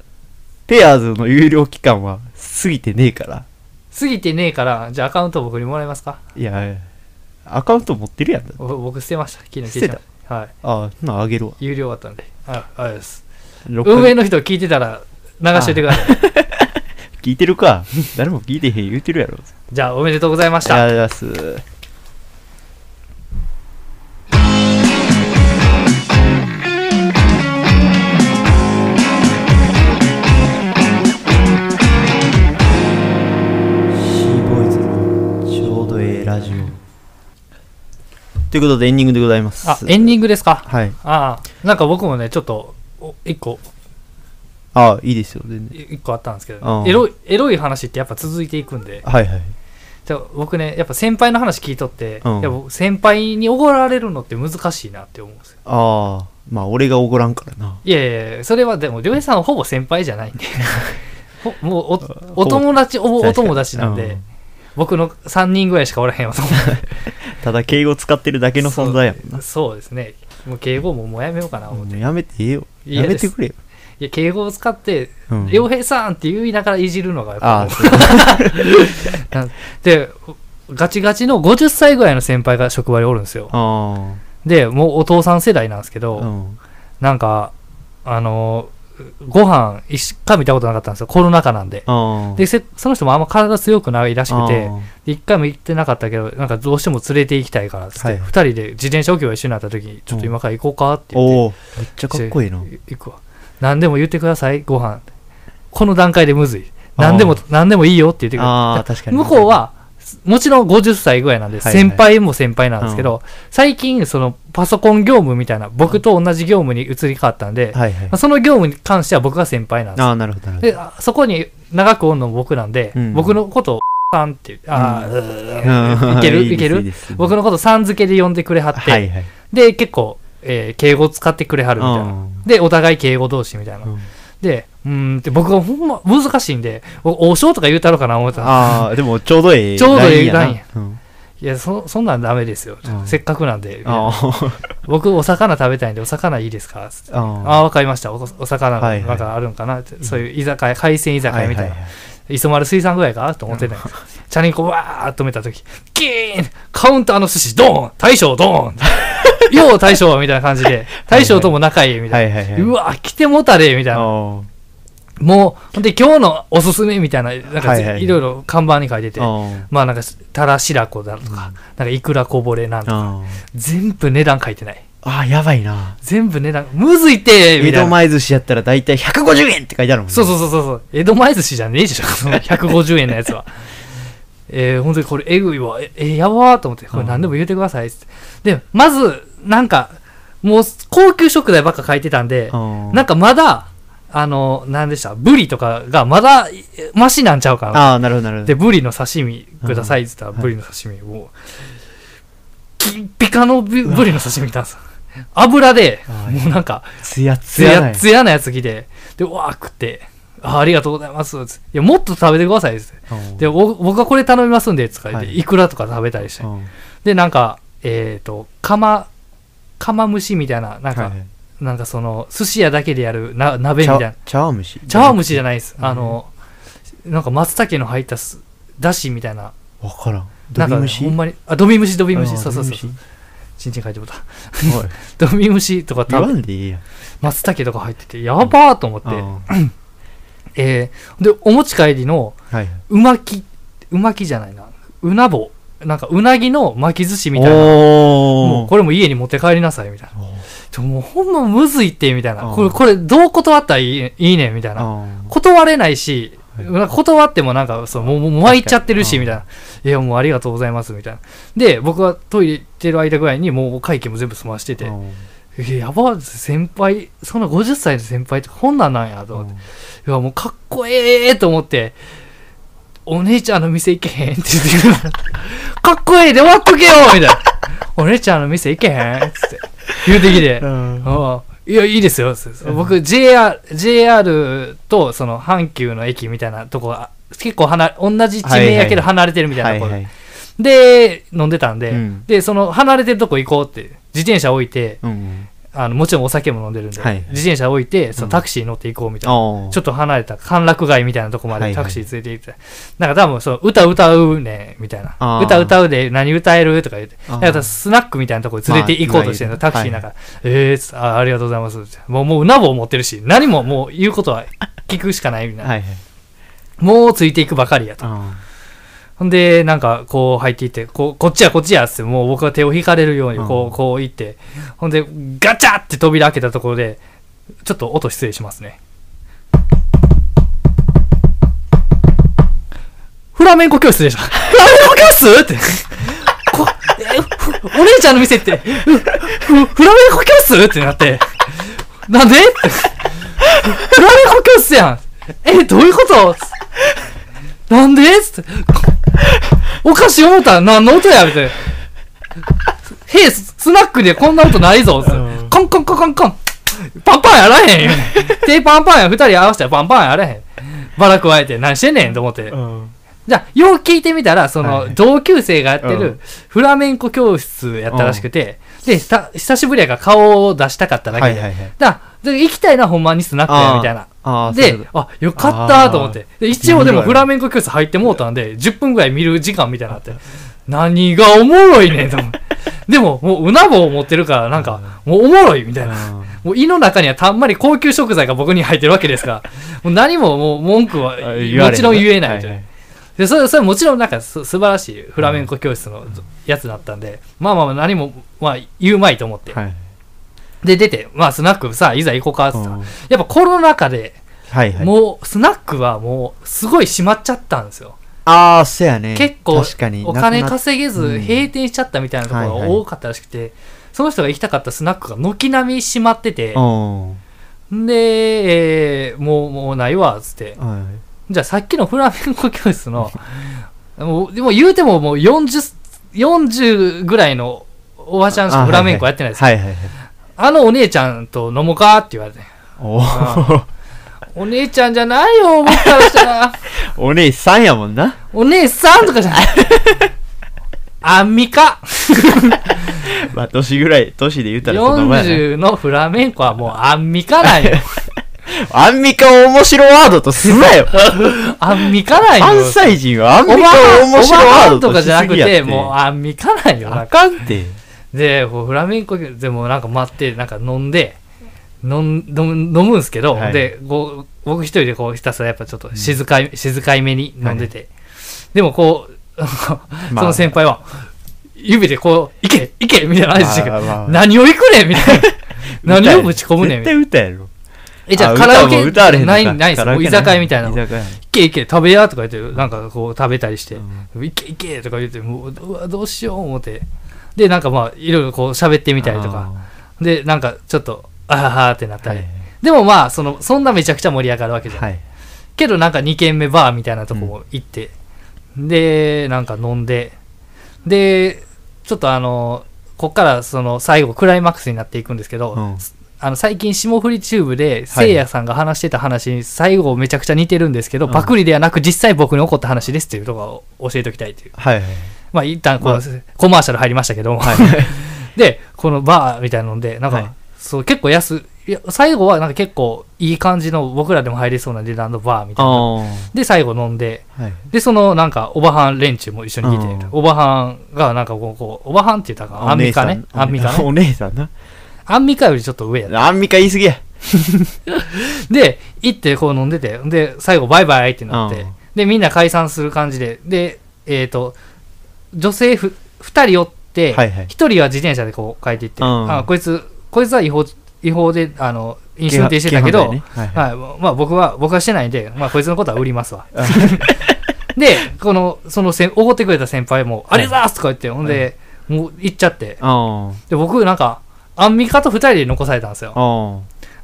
Speaker 1: ペアーズの有料期間は過ぎてねえから
Speaker 2: 過ぎてねえからじゃあアカウント僕にもらえますか
Speaker 1: いやいやアカウント持ってるやんだ
Speaker 2: お僕捨てました昨日
Speaker 1: 捨てた
Speaker 2: 消しましたはい
Speaker 1: ああそんなんあげるわ
Speaker 2: 有料だったんでああれです
Speaker 1: 六ヶ月
Speaker 2: 運営の人聞いてたら流しといてください
Speaker 1: 聞いてるか誰も聞いてへん言うてるやろ
Speaker 2: じゃあおめでとうございました
Speaker 1: ありがとうございますちょうどええラジオということでエンディングでございます
Speaker 2: あエンディングですか
Speaker 1: はい
Speaker 2: ああなんか僕もねちょっとお一個
Speaker 1: あいいですよ全然
Speaker 2: い一個あったんですけど、
Speaker 1: ああ
Speaker 2: ね、エロいエロい話ってやっぱ続いていくんで
Speaker 1: はいはい
Speaker 2: じゃあ僕ねやっぱ先輩の話聞いとって、
Speaker 1: うん
Speaker 2: やっぱ先輩におごられるのって難しいなって思うんですよ
Speaker 1: ああまあ俺がおごらんからない
Speaker 2: やいやいやそれはでも亮平さんはほぼ先輩じ
Speaker 1: <laughs>
Speaker 2: ゃないんでほもうお
Speaker 1: ぼ
Speaker 2: お友達お
Speaker 1: 確
Speaker 2: お
Speaker 1: かに
Speaker 2: 友達なんで、
Speaker 1: うん
Speaker 2: 僕の3人ぐらいしかおらへんわと思って
Speaker 1: ただ敬語使ってるだけの存在やもんな
Speaker 2: そう <laughs> そうですねもう敬語ももうやめようかな思
Speaker 1: も
Speaker 2: って、
Speaker 1: うやめてええよ
Speaker 2: 嫌
Speaker 1: や
Speaker 2: です
Speaker 1: めてくれよ
Speaker 2: いや敬語を使って
Speaker 1: うん
Speaker 2: 「良、平さん」って言いながらいじるのがや
Speaker 1: あ
Speaker 2: っぱ
Speaker 1: あ <laughs> そう
Speaker 2: なんでガチガチの50歳ぐらいの先輩が職場におるんですよ
Speaker 1: あ
Speaker 2: でもうお父さん世代なんですけど、
Speaker 1: あうん
Speaker 2: なんかあのご飯一しか見たことなかったんですよコロナ禍なんで
Speaker 1: ああ
Speaker 2: でせその人もあんま体強くないらしくて
Speaker 1: あ
Speaker 2: で一回も行ってなかったけどなんかどうしても連れて行きたいからっつっ
Speaker 1: はい
Speaker 2: て二、人で自転車置き場一緒になった時にちょっと今から行こうかって言って
Speaker 1: おおめっちゃかっこいいな
Speaker 2: 行くわ何でも言ってくださいご飯この段階でむずい何でも何でもいいよって言ってく
Speaker 1: あ
Speaker 2: だ
Speaker 1: あ確
Speaker 2: さ
Speaker 1: か
Speaker 2: い
Speaker 1: に
Speaker 2: 向こうはもちろん50歳ぐらいなんで、
Speaker 1: はいはい
Speaker 2: 先輩も先輩なんですけど、最近そのパソコン業務みたいな僕と同じ業務に移り変わったん
Speaker 1: はい
Speaker 2: で、
Speaker 1: はい
Speaker 2: まあその業務に関しては僕が先輩なんです
Speaker 1: ああなるほどなるほ
Speaker 2: であそこに長くおんのも僕なんで、
Speaker 1: うん
Speaker 2: 僕のことをさんってあ
Speaker 1: どう
Speaker 2: ー、
Speaker 1: ん
Speaker 2: い
Speaker 1: <laughs>
Speaker 2: ける
Speaker 1: です
Speaker 2: いける
Speaker 1: です
Speaker 2: 僕のことさん付けで呼んでくれはって、
Speaker 1: はいはい
Speaker 2: で結構、えー敬語使ってくれはるみたいな、
Speaker 1: うん
Speaker 2: でお互い敬語同士みたいな、
Speaker 1: うん
Speaker 2: で、うーんって僕がほんま難しいんで、お、おしょうとか言うたろかな思ってた。
Speaker 1: ああでもちょうどええ
Speaker 2: <laughs> ちょうどええ
Speaker 1: ライン
Speaker 2: ライン
Speaker 1: やなうん
Speaker 2: いやそそんなんダメですよ、
Speaker 1: うん
Speaker 2: せっかくなんでみたいな
Speaker 1: あー
Speaker 2: 僕お魚食べたいんでお魚いいですかつってあ
Speaker 1: あ
Speaker 2: <laughs> あ分かりましたおお魚
Speaker 1: はいはい
Speaker 2: なんかあるんかなって、そういう居酒屋海鮮居
Speaker 1: ー
Speaker 2: 酒屋みたいな、
Speaker 1: ははは
Speaker 2: 磯丸水産ぐらいかと思ってたんやけどチャリンコわーっと見た時キーンカウンターの寿司ドーン大将ドーン
Speaker 1: <laughs>
Speaker 2: よう大将みたいな感じで大将とも仲いいみたいな、
Speaker 1: はいはいはいう
Speaker 2: わ来てもたれみたいな
Speaker 1: あ
Speaker 2: もうほんで今日のおすすめみたいななんか
Speaker 1: はいは
Speaker 2: ぜ、
Speaker 1: いいはい
Speaker 2: ろいろ看板に書いてて
Speaker 1: ーあ
Speaker 2: まあなんかたら白子だとか、なんかいくらこぼれなん
Speaker 1: ー
Speaker 2: とか
Speaker 1: あー
Speaker 2: 全部値段書いてない
Speaker 1: あーやばいな
Speaker 2: 全部値段むずいてみ
Speaker 1: 江
Speaker 2: た
Speaker 1: 戸
Speaker 2: いな
Speaker 1: 前寿司やったら大体150円って書いてあるもんね
Speaker 2: そうそうそうそうそう。江戸前寿司じゃねえでしょ、 <laughs> その150円のやつは。えー、本当にこれえぐいわ。え、えやばーと思って、これ何でも言うてくださいっつって。で、まず、なんか、もう高級食材ばっか書いてたんで、
Speaker 1: あー
Speaker 2: なんかまだ、あの、何でした、ブリとかがまだえマシなんちゃうかな。
Speaker 1: ああなるほどなるほど
Speaker 2: で、ブリの刺身くださいっつったら、
Speaker 1: ん
Speaker 2: ブリの刺身を、ピッピカのブブリの刺身来たんですよ。油で、
Speaker 1: あー
Speaker 2: もうなんか、
Speaker 1: つや
Speaker 2: つ
Speaker 1: つやな
Speaker 2: や
Speaker 1: い
Speaker 2: つやなやつ来て、で、うわー食って、あーありがとうございます。つっていや、もっと食べてください。つって
Speaker 1: うん
Speaker 2: で、お僕はこれ頼みますんで、つって言って、
Speaker 1: はい
Speaker 2: い、くらとか食べたりして
Speaker 1: う。ん
Speaker 2: で、なんか、えっ、と、釜、釜蒸しみたいな、なんか、
Speaker 1: はいはい
Speaker 2: なんかその、寿司屋だけでやるな鍋み
Speaker 1: 茶
Speaker 2: たいな
Speaker 1: 碗。茶碗蒸し
Speaker 2: 茶碗蒸しじゃないです。
Speaker 1: うん
Speaker 2: あの、なんか松茸の入ったすだしみたいな。
Speaker 1: わからん
Speaker 2: な
Speaker 1: ドビ蒸
Speaker 2: んか、ね、
Speaker 1: し
Speaker 2: ほんまに、あ、ドビムシ、ドビム
Speaker 1: あ
Speaker 2: シ。
Speaker 1: ー
Speaker 2: そうそ
Speaker 1: ド
Speaker 2: うそ
Speaker 1: ビ
Speaker 2: う
Speaker 1: 蒸し。
Speaker 2: ちんちん書いてもうた。 <laughs>
Speaker 1: おい
Speaker 2: ドビムシとか
Speaker 1: 言わ
Speaker 2: 食べ、
Speaker 1: んでいいやん
Speaker 2: 松茸とか入ってて、やばーと思って。
Speaker 1: あー
Speaker 2: えーで、お持ち帰りの、
Speaker 1: はいはいう
Speaker 2: まき、うまきじゃないな、うなぼ、なんかうなぎの巻き寿司みたいな。も
Speaker 1: お
Speaker 2: う
Speaker 1: ー
Speaker 2: これも家に持って帰りなさい、みたいな。
Speaker 1: おー
Speaker 2: でももうほんまむずいって、みたいな。
Speaker 1: うん
Speaker 2: これ、これどう断ったらいいいいねん、みたいな。
Speaker 1: あー
Speaker 2: 断れないし、
Speaker 1: はい
Speaker 2: なんか断ってもなんか、そう、もう、もう巻いちゃってるし、み
Speaker 1: 確
Speaker 2: たいな。いや、もうありがとうございます、みたいな。で、僕はトイレ行ってる間ぐらいにもう会計も全部済ましてて、
Speaker 1: あ
Speaker 2: い
Speaker 1: ー
Speaker 2: ややばいです、先輩、そんな50歳の先輩ってこんなんなんや、と思って。いや、もうかっこええと思って、お姉ちゃんの店行けへんって言ってくるから、 <laughs> かっこええで終わっとけよみたいな。お姉ちゃんの店行けへんっつって言うてきて、
Speaker 1: う
Speaker 2: あ
Speaker 1: ん
Speaker 2: あいや、いいですよ。つって僕、JR、JR とその阪急の駅みたいなとこが、結構離れ、同じ地名やけど
Speaker 1: は
Speaker 2: 離れてるみたいな
Speaker 1: はい
Speaker 2: ところ
Speaker 1: はい
Speaker 2: で、飲んでたんで、
Speaker 1: うん
Speaker 2: で、その離れてるとこ行こうって、自転車置いて、
Speaker 1: うん
Speaker 2: あのもちろんお酒も飲んでるんで、
Speaker 1: はいはい
Speaker 2: 自転車置いて、その
Speaker 1: うん
Speaker 2: タクシーに乗って行こうみたいな。
Speaker 1: あ
Speaker 2: ちょ
Speaker 1: っ
Speaker 2: っと離れた歓楽街みたいなとこ
Speaker 1: はい
Speaker 2: まで
Speaker 1: はい
Speaker 2: タクシー連れて行って、なんか多分その歌歌うねみたいな
Speaker 1: あー
Speaker 2: 歌歌うで何歌えるとか言って
Speaker 1: あー
Speaker 2: なんかスナックみたいなとこに連れて行こうとしてる
Speaker 1: ま
Speaker 2: の、
Speaker 1: あ
Speaker 2: タクシーなんか、えーつあありがとうございますってもうもううなぼを持ってるし何ももう言うことは聞くしかないみたいな、
Speaker 1: はいはい
Speaker 2: もうついていくばかりやと
Speaker 1: あ
Speaker 2: ほんでなんかこう入っていってこうこっちやこっちやっつってもう僕は手を引かれるようにこ
Speaker 1: うん
Speaker 2: うこう行ってほんでガチャって扉開けたところでちょっと音失礼しますねフラメンコ教室でした。フラメンコ教室って。こえふお姉ちゃんの店って、ふふフラメンコ教室ってなって、なんでって。フラメンコ教室やん。え、どういうことつなんでつって。お菓子思ったら何の音やみたいな。へえ、ススナックでこんな音ないぞ。つって
Speaker 1: うん
Speaker 2: コンコンコンコンコン。パンパンやらへん。手パンパンや。二人合わせたらパンパンやらへん。バラ加えて何してんねんと思って。
Speaker 1: ー
Speaker 2: じゃあ、よう聞いてみたら、その、
Speaker 1: はい
Speaker 2: 同級生がやって
Speaker 1: う
Speaker 2: る
Speaker 1: ん、
Speaker 2: フラメンコ教室やったらしくて、で、た久しぶりやから顔を出したかっただけで。
Speaker 1: はいはいはい
Speaker 2: だからで行きたいな、ほんまにスナックや、みたいな。
Speaker 1: あーそういう
Speaker 2: で
Speaker 1: こ、
Speaker 2: あ、よかったと思って。で、一応で
Speaker 1: 見る
Speaker 2: も
Speaker 1: わよ
Speaker 2: フラメンコ教室入ってもうたんで、10分ぐらい見る時間みたいなのあって、何がおもろいねんと
Speaker 1: <laughs>
Speaker 2: 思って。でも、もう、うなぼを持ってるから、なんか、もうおもろいみたいな。
Speaker 1: と
Speaker 2: もう胃の中にはたんまり高級食材が僕に入ってるわけですから、もう何ももう文句は
Speaker 1: あ言わ
Speaker 2: も
Speaker 1: れへ
Speaker 2: ち
Speaker 1: ん
Speaker 2: ろん言えないみたい
Speaker 1: はいは。
Speaker 2: ないでそれそれもちろんなんかす素晴らしいフラメンコ教室のやつだったんで、まあまあまあ何も、まあ、言うまいと思って、
Speaker 1: はい
Speaker 2: で出て、まあ、スナックさいざ行こうかっつったら、
Speaker 1: うん
Speaker 2: やっぱコロナ禍で
Speaker 1: はいはい
Speaker 2: もうスナックはもうすごい閉まっちゃったんですよ、
Speaker 1: ああそうやね
Speaker 2: 結構
Speaker 1: 確かに
Speaker 2: お金
Speaker 1: なくなっ
Speaker 2: 稼げず
Speaker 1: うん
Speaker 2: 閉店しちゃったみたいなところ
Speaker 1: は
Speaker 2: が
Speaker 1: いはい
Speaker 2: 多かったらしくて、その人が行きたかったスナックが軒並み閉まってて、
Speaker 1: うん
Speaker 2: で、えーもう、もうないわ、つって。
Speaker 1: は
Speaker 2: じゃあさっきのフラメンコ教室の、 <laughs> もう、でも言うてももう40、40ぐらいのおばちゃんしか
Speaker 1: あ
Speaker 2: フラメンコやってない
Speaker 1: い
Speaker 2: ですよ。
Speaker 1: はいはいはい
Speaker 2: あのお姉ちゃんと飲もうかって言われて。
Speaker 1: おー
Speaker 2: お姉ちゃんじゃないよ、僕
Speaker 1: <laughs>
Speaker 2: からしたら。
Speaker 1: お姉さんやもんな <laughs>
Speaker 2: お姉さんとかじゃない。アンミカ
Speaker 1: まあ、年ぐらい、年で言ったらその前や
Speaker 2: 40のフラメンコはもうアンミカなんよ。
Speaker 1: な。アンミカを面白ワードとすなよ
Speaker 2: アンミカなんよ。
Speaker 1: 関西人はアン
Speaker 2: お
Speaker 1: ミ
Speaker 2: ば
Speaker 1: カを
Speaker 2: は
Speaker 1: 面
Speaker 2: おば
Speaker 1: 白ワ
Speaker 2: は
Speaker 1: ー
Speaker 2: んと
Speaker 1: ドと
Speaker 2: か
Speaker 1: し
Speaker 2: じゃ
Speaker 1: す
Speaker 2: なく、
Speaker 1: ぎやってて。
Speaker 2: もうアンミカなんよ。
Speaker 1: あかんって。
Speaker 2: で、こうフラメンコでもなんか待って、なんか飲んで、飲ん飲む飲むんすけど、
Speaker 1: はい
Speaker 2: で、こう僕一人でこうひたすらやっぱちょっと静かい、静かいめに飲んでて、でもこう、
Speaker 1: <laughs> まあ
Speaker 2: その先輩は、指でこう、いけいけみたいな話してくる、
Speaker 1: まあまあ
Speaker 2: 何をいくねんみたいな。何をぶち込むねん
Speaker 1: 絶
Speaker 2: みたい
Speaker 1: 対
Speaker 2: な。
Speaker 1: <laughs> 歌やろ。
Speaker 2: え、じゃあ
Speaker 1: あ
Speaker 2: カラオ
Speaker 1: 歌
Speaker 2: ケ
Speaker 1: も歌われへんの
Speaker 2: な
Speaker 1: か
Speaker 2: い、ないです。
Speaker 1: カラオ
Speaker 2: もう
Speaker 1: ケ
Speaker 2: 居酒屋みたいな
Speaker 1: 居。酒屋
Speaker 2: いけいけ食べやとか言ってなんかこう食べたりして、いけいけとか言ってもううわどうしよう思ってでなんかまあいろいろこう喋ってみたりとかでなんかちょっとあははってなっ
Speaker 1: あ
Speaker 2: た
Speaker 1: ー。は
Speaker 2: り、
Speaker 1: い
Speaker 2: でもまあそのそんなめちゃくちゃ盛り上がるわけじゃん、
Speaker 1: はい。
Speaker 2: けどなんか2軒目バーみたいなとこも行って、でなんか飲んででちょっとあのこっからその最後クライマックスになっていくんですけど、
Speaker 1: うん
Speaker 2: あの最近霜降りチューブで
Speaker 1: はい
Speaker 2: せいやさんが話してた話に最後めちゃくちゃ似てるんですけど、
Speaker 1: うん
Speaker 2: パクリではなく実際僕に起こった話ですっていうところを教えておきたいという
Speaker 1: はいはい。
Speaker 2: まあ一旦こ
Speaker 1: ま
Speaker 2: の
Speaker 1: あ
Speaker 2: コマーシャル入りましたけども、 <laughs> でこのバーみたいなのでなんか、
Speaker 1: はい
Speaker 2: そう結構安いや最後はなんか結構いい感じの僕らでも入れそうな値段のバーみたいな
Speaker 1: あ
Speaker 2: で最後飲んで
Speaker 1: あ。はい。
Speaker 2: でそのなんかおばはん連中も一緒に来て
Speaker 1: うん
Speaker 2: るおばはんがなんかこうこうおばはんって言ったかアンミカねアンミカね
Speaker 1: お姉さんな。
Speaker 2: アンミカよりちょっと上やった
Speaker 1: アンミカ言いすぎや。
Speaker 2: で、行ってこう飲んでて、で、最後バイバイってなって、
Speaker 1: うん
Speaker 2: で、みんな解散する感じで、で、えっ、と、女性ふ2人おって、
Speaker 1: はいはい
Speaker 2: 1人は自転車でこう帰っていって、
Speaker 1: うん
Speaker 2: あこいつ、こいつは違法違法で、あの、飲酒運転してたけど、
Speaker 1: 軽犯罪ねはい
Speaker 2: はい、まあ僕は、僕はしてないんで、まあこいつのことは売りま
Speaker 1: <laughs>
Speaker 2: すわ。で、この、そのせん、おごってくれた先輩も、あ
Speaker 1: い
Speaker 2: りがとうございますとか言って、ほんで、もう行っちゃって、
Speaker 1: あ
Speaker 2: で、僕なんか、アンミカと2人で残されたんですよ
Speaker 1: あ。。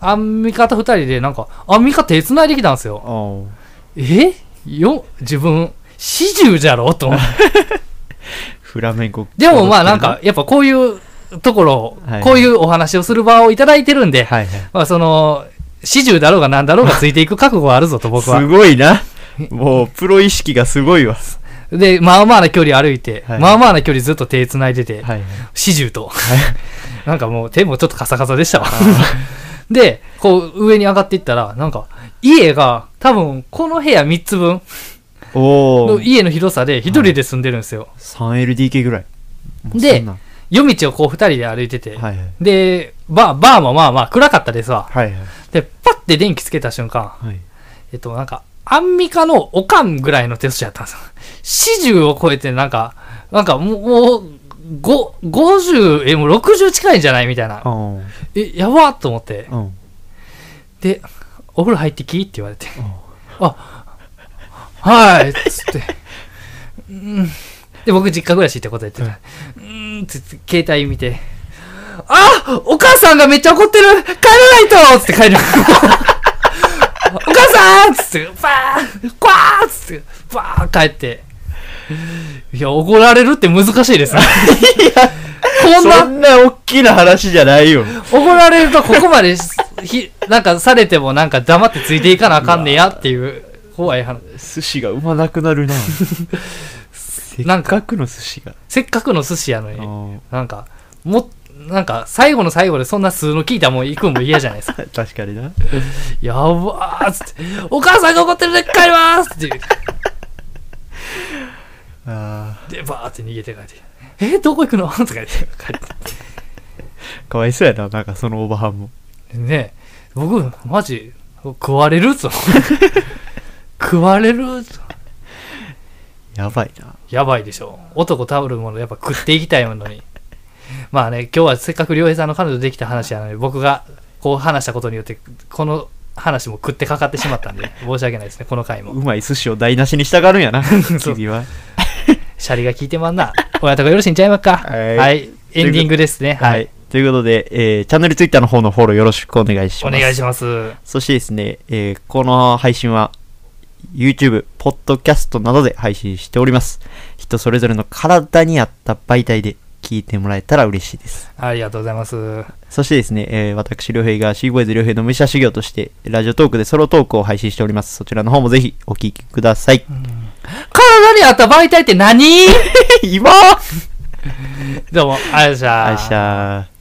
Speaker 1: あ
Speaker 2: アンミカと二人でなんか、アンミカ手繋いできたんです
Speaker 1: あ。
Speaker 2: よ。
Speaker 1: あ
Speaker 2: えよ、自分、四十じゃろ
Speaker 1: <laughs>
Speaker 2: と思って。
Speaker 1: あ。フラメンコ。
Speaker 2: でもまあなんか、、やっぱこういうところを
Speaker 1: はいは、い
Speaker 2: こういうお話をする場をいただいてるんで、
Speaker 1: はいはい。
Speaker 2: まあその、四十だろうが何だろうがついていく覚悟はあるぞと僕
Speaker 1: す
Speaker 2: は。
Speaker 1: ごいな。もう、プロ意識がすごいわ。
Speaker 2: で、まあまあな距離歩いて、
Speaker 1: はい
Speaker 2: まあまあな距離ずっと手繋いでて、
Speaker 1: はい。
Speaker 2: 四十と。 <laughs> なんかもう手もちょっとカサカサでし
Speaker 1: <laughs>
Speaker 2: たわ。で、こう上に上がっていったら、なんか、家が多分この部屋3つ分、
Speaker 1: お
Speaker 2: の
Speaker 1: お。
Speaker 2: 家の広さで一人で住んでるんですよ、
Speaker 1: 3LDK ぐらい。もう
Speaker 2: で
Speaker 1: そんなん
Speaker 2: 夜道をこう二人で歩いてて、
Speaker 1: はいはい。
Speaker 2: でバーバーもまあまあ暗かったですわ
Speaker 1: はいはい。
Speaker 2: でパッて電気つけた瞬間
Speaker 1: はい。
Speaker 2: えっとなんかアンミカのおかんぐらいの手数やったんですよ四十を超えてなんかなんかもうもうご50えもう60近いんじゃないみたいな
Speaker 1: ああ。
Speaker 2: えやばっと思って
Speaker 1: うん。
Speaker 2: で「お風呂入ってき?」って言われて「あはい」っつ <laughs> って「うん」で僕実家暮らしってことやってた「うん」っつって携帯見て「あお母さんがめっちゃ怒ってる帰らないと!」っつって帰る <laughs> お母さんっつってバーンこわーっつってバーン帰っていや怒られるって難しい <laughs> ですねこん
Speaker 1: そ
Speaker 2: なん
Speaker 1: な大きな話じゃないよ。
Speaker 2: 怒られるとここまで <laughs> ひなんかされてもなんか黙ってついていかなあかんねやっていう怖い話
Speaker 1: 寿司がうまなくな <laughs> るな。せっ
Speaker 2: なんか
Speaker 1: かくの寿司が。
Speaker 2: せっかくの寿司やの
Speaker 1: あ
Speaker 2: に
Speaker 1: ー
Speaker 2: なんかもなんか最後の最後でそんな数の聞いたもん行くんも嫌じゃないですか
Speaker 1: 確かにな。
Speaker 2: やばーっつってお母さんが怒ってるで帰りまーすって言う
Speaker 1: あ
Speaker 2: でバーって逃げて帰ってえどこ行くのと <laughs> か言って帰っ
Speaker 1: あ。かわいそうやな、なんかそのおばはんも。
Speaker 2: てねえ僕マジ食われるぞ <laughs> 食われるぞ
Speaker 1: やばいな。
Speaker 2: やばいでしょ男たるものやっぱ食っていきたいのにまあね今日はせっかく良平さんの彼女できた話なので僕がこう話したことによってこの話も食ってかかってしまった <laughs> んで申し訳ないですねこの回
Speaker 1: う
Speaker 2: も
Speaker 1: まい寿司を台無しにしたがるん <laughs> やな、
Speaker 2: そう
Speaker 1: 君は。
Speaker 2: シャリが効いてまんな親とかよろしいんちゃいまっか
Speaker 1: はい
Speaker 2: エンディングですねはい、。
Speaker 1: ということで、えーチャンネルツイッターの方のフォローよろしくお願いし
Speaker 2: お
Speaker 1: ます。
Speaker 2: 願いします
Speaker 1: そしてですね、えーこの配信は YouTube、Podcast などで配信しております。人それぞれの体に合った媒体で聞いてもらえたら嬉しいです。
Speaker 2: ありがとうございますは
Speaker 1: そしてですね、えー私、良平がシーボーイズ良平の武者修行として、ラジオトークでソロトークを配信しております。そちらの方もぜひお聞きください。
Speaker 2: 体に合った媒体って何
Speaker 1: <laughs>
Speaker 2: <laughs>
Speaker 1: 今
Speaker 2: どうも、ありがとうござい
Speaker 1: あ
Speaker 2: ま
Speaker 1: い
Speaker 2: し。
Speaker 1: したゃー。